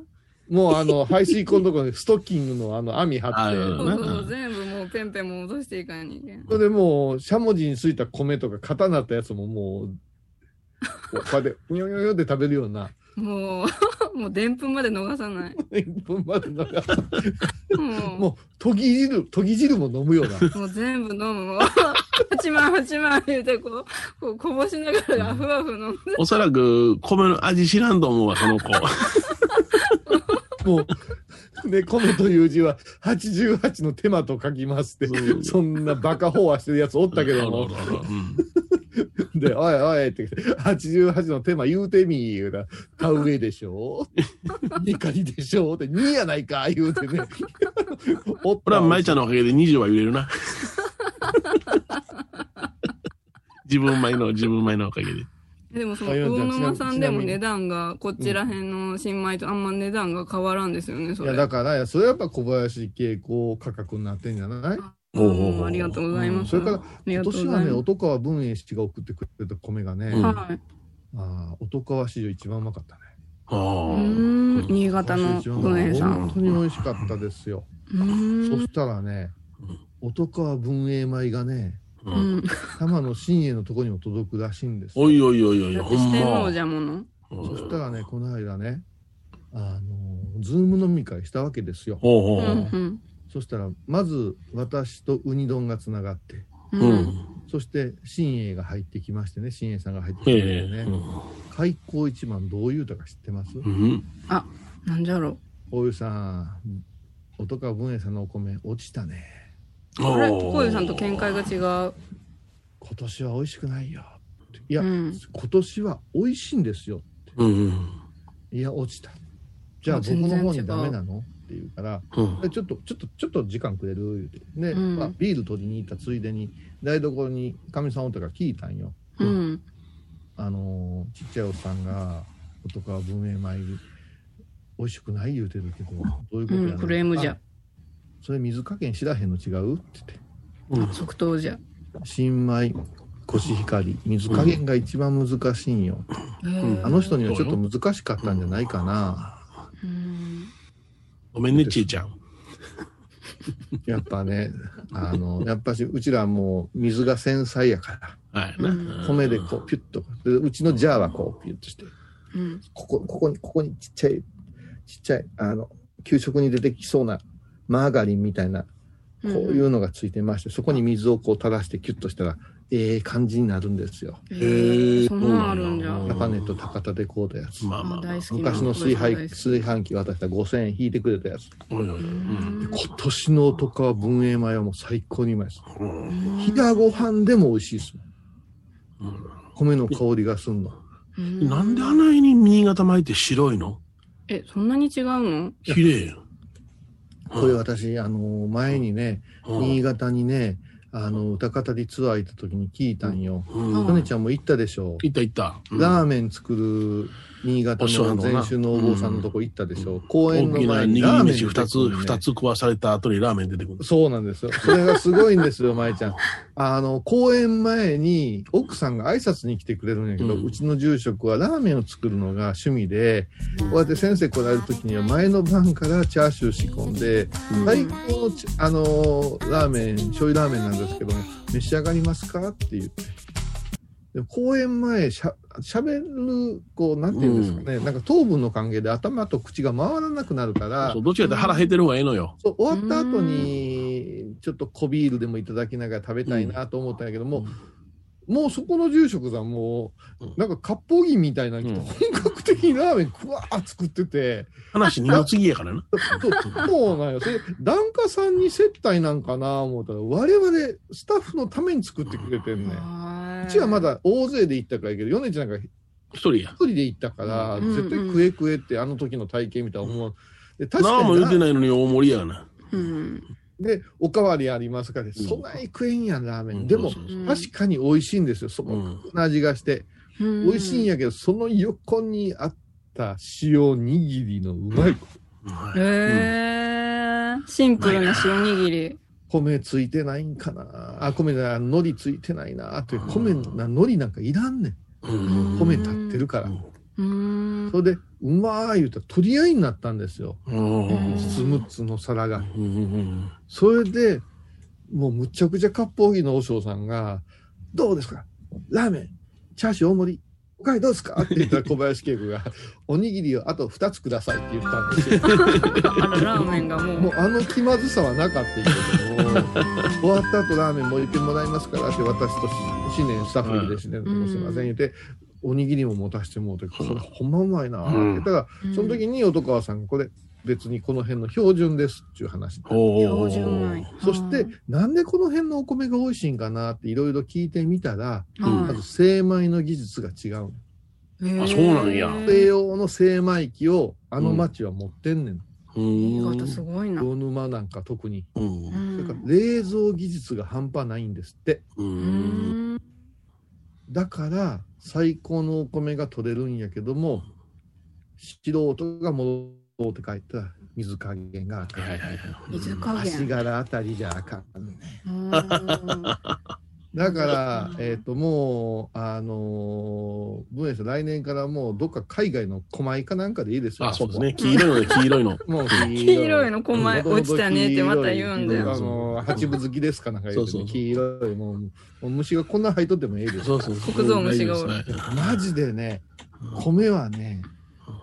もうあの排水溝のとこにストッキングのあの網張
あ
って
る
そうそうそううん全部もうペンペンも戻していかんにいけん。
それでもうしゃもじについた米とか型になったやつももうこうやってうにょにょにょって食べるような
もう、 もうでんぷんまで逃さない。
までなんか
も
もう研ぎ汁研ぎ汁も飲むような
う、もう全部飲む。もう八万八万言うてこう、こうこぼしながらふわふ飲む。
おそらく、米の味知らんと思うわ、その子。
もう、ね、米という字は88の手間と書きますって
う、ん
そんなバカ飽和してるやつおったけど
う
も、
ん
で、おいおいって来て、88の手間言うてみー、言うたら、田植えでし ょニカリでしょって、2やないか、言う てね。おっ
これは舞ち
ゃ
ゃんのおかげで20は揺れ るな。自分前の、自分前のおかげで。
でもその
あいやじゃあ
魚沼
ち
さ
なみ
ん
に
でも値段が、こちら辺の新米とあんま値段が変わらんですよね、そ
いや、
れ。
だから、それはやっぱ小林傾向価格になってんじゃない
うんありがとうございます。
それから
あ、りが
今
とうご
年
ざ
はいね、
ま
音川文英氏が送ってくれた米がね、
うん
あ
す。はい。
あ音川史上一番うまかったね。
あ
う
あ。
ーん、新潟の運営さん
本。当に美味しかったですよ。
う
そ
ーん
したらね
うん、
音川文英米がね、
う
うんん。
玉野新栄のとこにも届くらしいんですよ。
おいおいおいおい、
だっ
ほ
て四
ん
天
ま
王。じゃもの。
うん
そしたらね、この間ね、あの、ズーム飲み会したわけですよ。
ほうほ
う
うんほう。
うん
そしたら、まず私とウニ丼がつながって、
う。
うんん。
そして新栄が入ってきましてね、新栄さんが入ってき
え
て
え。
ね
う、
開口一番どういう歌か知ってます
ん。
なんじゃろ
大湯さん、音川文英さんのお米落ちたね。
う。あれ、こういうさんと見解が違う。
今年は美味しくないよ。いや、
うん。
今年は美味しいんですよ。
うんうん。
いや、落ちた。じゃあ
あ
僕
全然
の方
違
に
う
ダメなのって言うから、
うん
えちょっと、ちょっと、ちょっと時間くれる言うて。ね、
うん
まあ、ビール取りに行ったついでに、台所にかみさんおったから聞いたんよ。
うん。
あのーちっちゃいおっさんが、とか文明前に、美味しくない言うてるけど、どういうことやね
うんクレームじゃ
あそれ水加減知らへんの違うって言って。
あ即答じゃ。
新米、コシヒカリ、水加減が一番難しいんよ。あの人にはちょっと難しかったんじゃないかな。
うん。
ごめんね、ちいちゃん。
やっぱね、あの、やっぱし、うちらはもう水が繊細やか
はい。
う
なん
ら、米でこう、ピュッと、でうちのジャーはこう、ピュッとして、
うん。
ここ、ここに、ここにちっちゃい、ちっちゃい、あの、給食に出てきそうなマーガリンみたいな、こういうのがついてまして、そこに水をこう垂らしてキュッとしたら、ええ感じになるんですよ。
え
へえ
ー、そんなんあるんじゃ。
そうなんだ
高根と高田でこうたやつ。
まあま
あ
あまあ
大。好きな。
昔の炊
大好
飯
き
炊飯器渡した5000円引いてくれたやつ。
おいおいおい。うん
今年のとか文英米はもう最高にうまいです。
うん
ひだご飯でも美味しいですもん。
う
米の香りがすんの。
んなんであんなに新潟米って白いの
え、そんなに違うの
綺麗や
これ私、あの、前にね、新潟にね、あの、歌方でツアー行った時に聞いたんよ。
うん。
ヨネちゃんも行ったでしょ
いったいった。うん
ラーメン作る新潟の全州のお坊さんのとこ行ったでしょう。公
大
園の
きな
前
握
に
り
ラーメン
飯
出
二
て
つ、
くるね
二つ食わされた後にラーメン出てくる。
そうなんですよ。それがすごいん ですよ、舞ちゃん。あの、公演前に奥さんが挨拶に来てくれるんやけど、
う
うんちの住職はラーメンを作るのが趣味で、こうやって先生来られる時には前の晩からチャーシュー仕込んで、最高のチあのーラーメン、醤油ラーメンなんですけども、召し上がりますかって言って。で公演前しゃ、しゃべる、こう、なんていうんですかね、なんか糖分の関係で頭と口が回らなくなるから
そう、どっちかって腹減ってる方がええのよ。
そう終わった後にちょっと小ビールでもいただきながら食べたいなと思ったんやけども、もうそこの住職さんも
うん
なんか割烹着みたいなの着て
うん
本格的にラーメンくわー作ってて、
話二の次やから な。
そうそうなんよそれ檀家さんに接待なんかな思ったら我々スタッフのために作ってくれてんね、うちはまだ大勢で行ったからいいけど米ちゃんが
一人や
一。人で行ったから、
うん
絶対食え食えってあの時の体験みたいな思う、で確か
何も
に
言っ
な
てないのに大盛りやがな。
うん。
で、おかわりありますかね、
うん
そない食えんやん、ラーメン。でも
そう、そう
うん
確かに美味しいんですよ、素
そうう
朴
ん
な味がして。美味しいん
や。
やけど、その横にあった塩握りのうまい
へえ、シンプルな塩握り。
米ついてないんかな。あ、米だ、海苔ついてないな。という、米な、海苔なんかいらんね
うん
ん。米立ってるから。
うーん。
それで、うまー言うたら取り合いになったんですよ。
うんうん
つむつの皿が。
うんうん
それで、もうむちゃくちゃ割烹着の和尚さんが、どうですかラーメン、チャーシュー大盛り、おかわりどうですかって言ったら小林恵子が、おにぎりをあと2つくださいって言ったんですよ。
あら、ラーメンがも
も
う
う。あの気まずさはなか ったけども、終わった後ラーメンもう一品もらいますからって私と新年スタッフで新年ともすいません言って、おにぎりも持たしてもうて、これほんまうまいなって言ったら、その時に男川さんがこれ別にこの辺の標準ですっていう話になって
ほう
標準ない。
そして、なんでこの辺のお米が美味しいんかなっていろいろ聞いてみたら、まず精米の技術が違
う
う。
ん
あそうなんや
西洋の精米機をあの町は持ってんねん。
新
うん
潟すごいな。
魚沼なんか特に。
う
うん
それから
ん
冷蔵技術が半端ないんですって。
う
うんん
だから最高のお米が取れるんやけども、素人が戻って帰ったら水加減があか
はい
ん。
はいはいはい
水加
足
減。
柄あたりじゃあかんねん。
うんあ
だから、
うん
えっ、と、もう、あのー、文英さん、来年からもう、どっか海外の狛江かなんかでいいですよ。
あ、そうです
こ
ね。黄色いのね、黄色いの。
は。もう
黄色いの狛江
もともと
落ちたねってまた言うんだ
よ
黄色いあのー、八分好きですかなんか言うて、
そうそう
ね、黄色い、もう、もう虫がこんな入っとってもいいですよ。
そうそうそう。
国蔵虫がおる
大丈夫です
マジでね、米はね、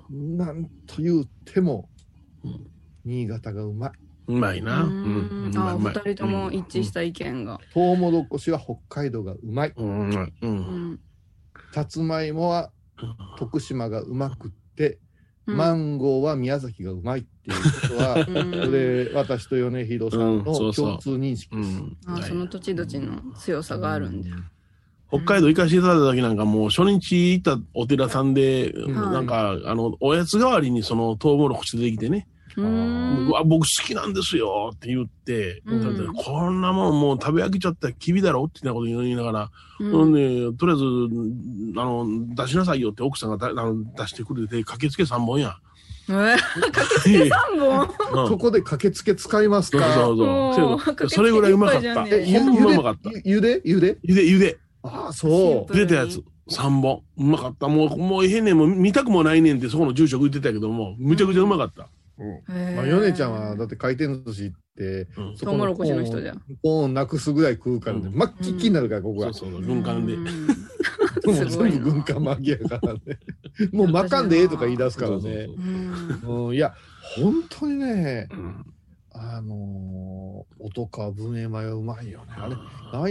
なんと言うても、新潟がうまい。
うまいな。うん。うまいうま
二
い
人とも一致した意見が。
トウモロコシは北海道がうまい。
うん。うんう。
うんん
さつまいもは徳島がうまくって、
うん
マンゴーは宮崎がうまいっていうこと は、これ、私と米広さん
うんそう
の
そう
共通認識
う。ん
あその土地土地の強さがあるんで。
北海道行かせていただいた時なんかもう初日行ったお寺さんで、
ん
なんか、あの、おやつ代わりにそのトウモロコシ出てきてね、
う
うんわ、僕好きなんですよって言って、
うん
食べたらこんなもんもう食べ飽きちゃったらきびだろってなこと言いながら、
う
うんんで、とりあえず、あの、出しなさいよって奥さんがだあの出してくれて、駆けつけ3本や。
えー三本
うん
そこで駆けつけ使います
そう
か
そうそう
もう
せや
駆け
けど。
つけ
それぐらいうまかっ
いっぱ
た。
いじゃん
え
ね
ほんまうまかった。
ゆゆでゆで
ゆで、ゆで。
ああ、そ
シ
出
ンプルに
たやつ。3本。うまかった。もう、もうええねん。もう見たくもないねんって、そこの住職言ってたけども、むちゃくちゃうまかった。
う。まあ、ヨネちゃんは、だって回転寿司って
うん、
そ
ト
こ
ウモ
の
ロ
コ
コシの人じ
ー
ゃ
ン。コーンなくすぐらい食うからね、
うん
真っきっきになるから、ここ
そ
が
う。そうそう、軍艦で。
もう
すごいな
全部軍艦巻きやからね。もうまかんでええとか言い出すからね。
う ん
うん、いや、本当にね、
うん
あのー、音か文英米はうまいよね。あれ、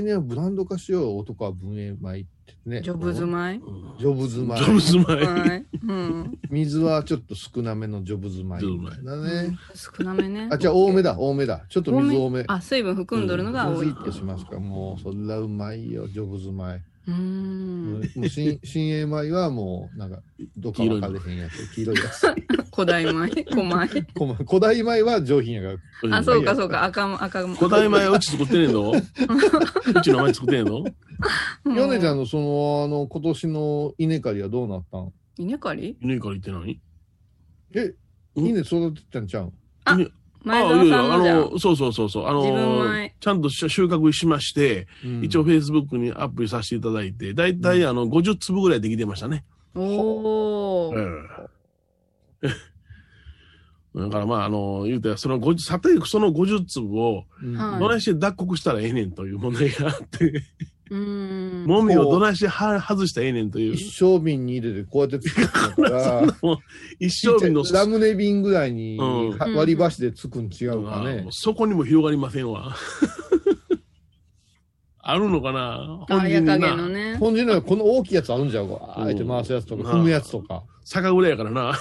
来年はブランド化しようよ、音か文英米ってね。
ジョブズマイ
うん
ジョブズ米
ジョブズ前。
はいうん
水はちょっと少なめのジョブズ米みたいなね。
少なめね
あ、じゃあ多めだ、多めだ。ちょっと水多め。
あ水分含んどるのが多
水
い
っとしますから、もう、そんなうまいよ、ジョブズ米。
う
も
ん
う、新新英米はもう、なんか、どっか分かれへんやつ、黄色いやつ。
古代米古米
こま古代米は上品やから、
あそうかそうか赤も赤も
古代米はうち作ってねえぞ。 うちの前作ってねえぞ。
うん
ヨネちゃんのその、あの、今年の稲刈りはどうなったん
稲刈り
犬狩りって何
え、稲育てたんちゃうん
あ
稲
前
あ
澤さんの
い
じ
や
ゃん
いやあ。の、そうそうそうそう。あ
自分
の
前、
ちゃんとし収穫しまして、
うん
一応 Facebook にアップさせていただいて、だいたいあの、50粒ぐらいできてましたね。
お
う
ー。
ん だからまあ、あの、言うたら、その50、さて、その50粒を、
うん
はい
どないして脱穀したらええねんという問題があって、
うーん。
もみをどないしては外したらええねんという、
一生瓶に入れてこうやって作って たから、
一生日の、
ラムネ瓶ぐらいに
うん
は割り箸でつくん違うか
あ
ね
の。そこにも広がりませんわ。 あるのかな
あ、
本人
や
にな
かげのね。
本人のはこの大きいやつあるんじゃうか。
うん
あえて回すやつとか、踏むやつとか。
酒蔵やからな。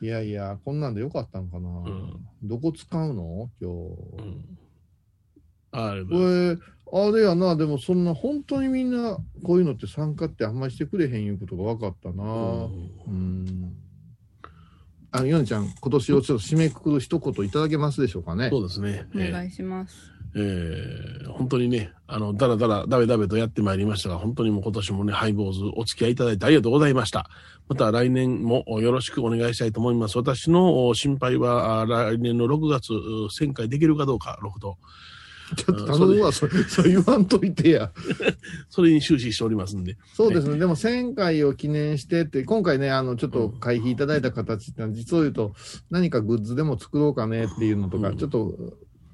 いやいや、こんなんでよかったんかな。
ん
どこ使うの今
う
日。
んあれ
これ、あれやな、でもそんな、本当にみんな、こういうのって参加ってあんまりしてくれへんいうことが分かったな。うん。あの、ヨネちゃん、今年をちょっと締めくくる一言いただけますでしょうかね
そ。うですね。
お
え
願いします。
えええ本当にね、あの、だらだら、だべだべとやってまいりましたが、本当にもう今年もね、ハイボーズお付き合いいただいてありがとうございました。また来年もよろしくお願いしたいと思います。私のお心配は、あ来年の6月、う1000回できるかどうか、6度。
ちょっと頼むわ、それ、それ言わんといてや。
それに終始しておりますんで。
そうですね、でも1000回を記念してって、今回ね、あのちょっと会費いただいた形ってのは、実を言うと、何かグッズでも作ろうかねっていうのとか、
うん
ちょっと、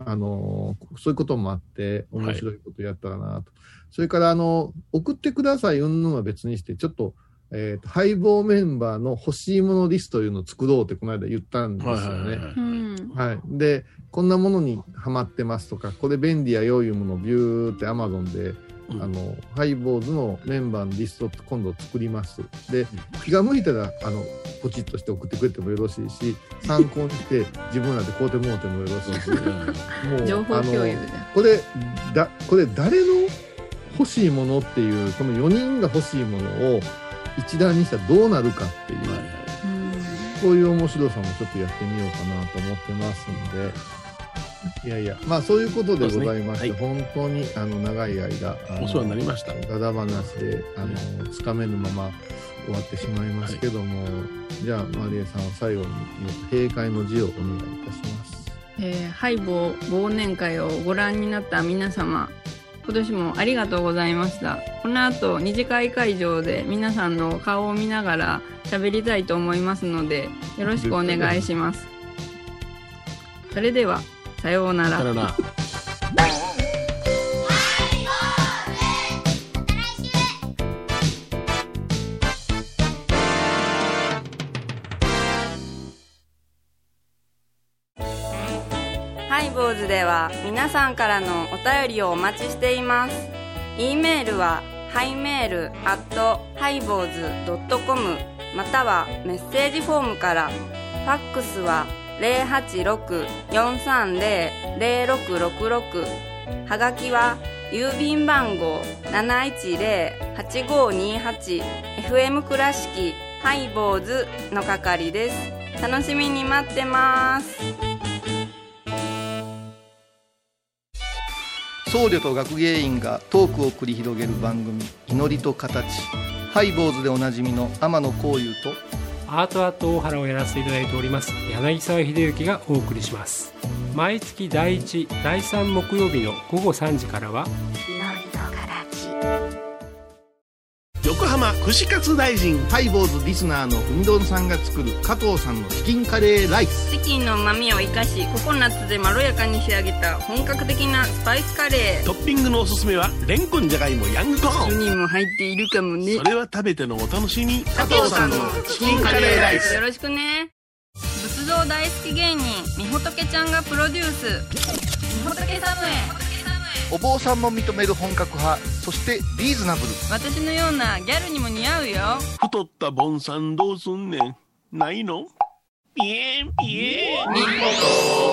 あのーそういうこともあって、
はい
面白いことやったらなと、それからあの、送ってくださいうんぬんは別にして、ちょっと、えーと、配棒メンバーの欲しいものリストというのを作ろうって、この間言ったんですよ
は
ね。
いはいはい、は
う
い。
ん。
はい、でこんなものにハマってますとかこれ便利やよいうものをビューってアマゾンで、
うん
あのハイボーズのメンバーのリストを今度作りますで気が向いたらあのポチッとして送ってくれてもよろしい し参考にして自分らで買うてもうてもよろしいしも う
情報共有じ
あの
ゃ
これだこれ誰の欲しいものっていうこの4人が欲しいものを一覧にしたらどうなるかっていう。
ん。うん
こういう面白さもちょっとやってみようかなと思ってますので、いやいや、まあそういうことでございまして、
そうで
本当にあの長い間、あの
お世話になりました。
ただ話で、あの、つかめぬまま終わってしまいますけども、じゃあ、マリエさんは最後に、閉会の字をお願いいたします。
えー、ハイボー忘年会をご覧になった皆様、今年もありがとうございました。この後、二次会会場で皆さんの顔を見ながら喋りたいと思いますので、よろしくお願いします。それでは、さようなら
さ。よなら。
ハイボーズでは皆さんからのお便りをお待ちしています。e メールはハイメールアットハイボーズドットコムまたはメッセージフォームから、ファックスは086-430-0666はがきは郵便番号 710-8528FM 倉敷ハイボーズの係です。楽しみに待ってます。
僧侶と学芸員がトークを繰り広げる番組「祈りと形」ハイボーズでおなじみの天野幸雄と
アートアート大原をやらせていただいております柳沢秀幸がお送りします毎月第1第3木曜日の午後3時からは
横浜串カツ大臣。
ハイボーズリスナーのうみどんさんが作る加藤さんのチキンカレーライス
チキンの旨味を生かしココナッツでまろやかに仕上げた本格的なスパイスカレ
トッピングのおすすめは、レンコンじゃがいもヤングコ
ー
ーン。
人も入っているかもね
それは食べてのお楽しみ。
加
藤さんのチキンカレーライス
よろしくね仏像大好き芸人みほとけちゃんがプロデュースみほとけサムへ
お坊さんも認める本格派そしてリーズナブル
私のようなギャルにも似合うよ
太ったボンさんどうすんねん。ないのピエンピエン。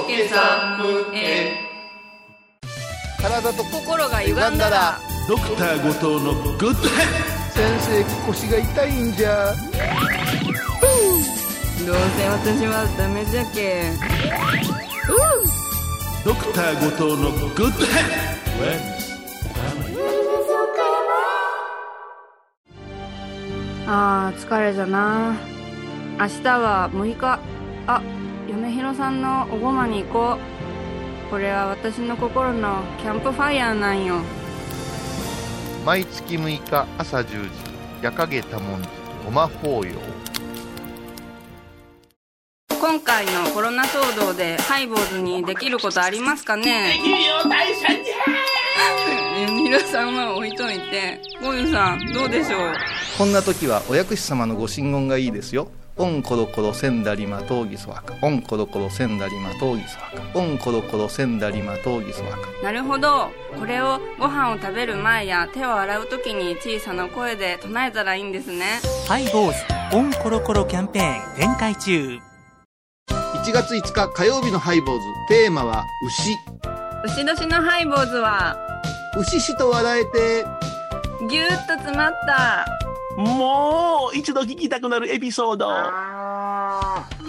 おけさむへ
体と
心が歪んだら
ドクター後藤のグッドヘッド。
先生腰が痛いんじゃ
どうせ私はダメじゃけ
ドクター後藤のグッドヘッド。
あー疲れじゃな明日は6日あ嫁ひろさんのおごまに行こうこれは私の心のキャンプファイヤーなんよ
毎月6日朝10時夜影多文字ごま法要
今回のコロナ騒動でハイボーズにできることありますかねできるよ大社に皆さんは置いといてゴミさんどうでしょう
こんな時はお薬師様のご神言がいいですよオンコロコロセンダリマトウギソワカオンコロコロセンダリマトウギソワカオンコロコロセンダリマトウギソワカ
なるほどこれをご飯を食べる前や手を洗う時に小さな声で唱えたらいいんですね
ハイボーズオンコロコロキャンペーン展開中
1月5日火曜日のハイボーズテーマは牛
牛年のハイボーズは
牛しと笑えて
ぎゅーっと詰まった
もう一度聞きたくなるエピソード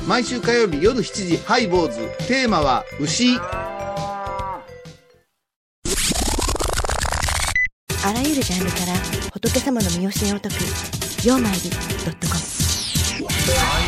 毎週火曜日夜7時ハイボーズテーマは牛
あらゆるジャンルから仏様の身教えを解く「曜マイルドットコム」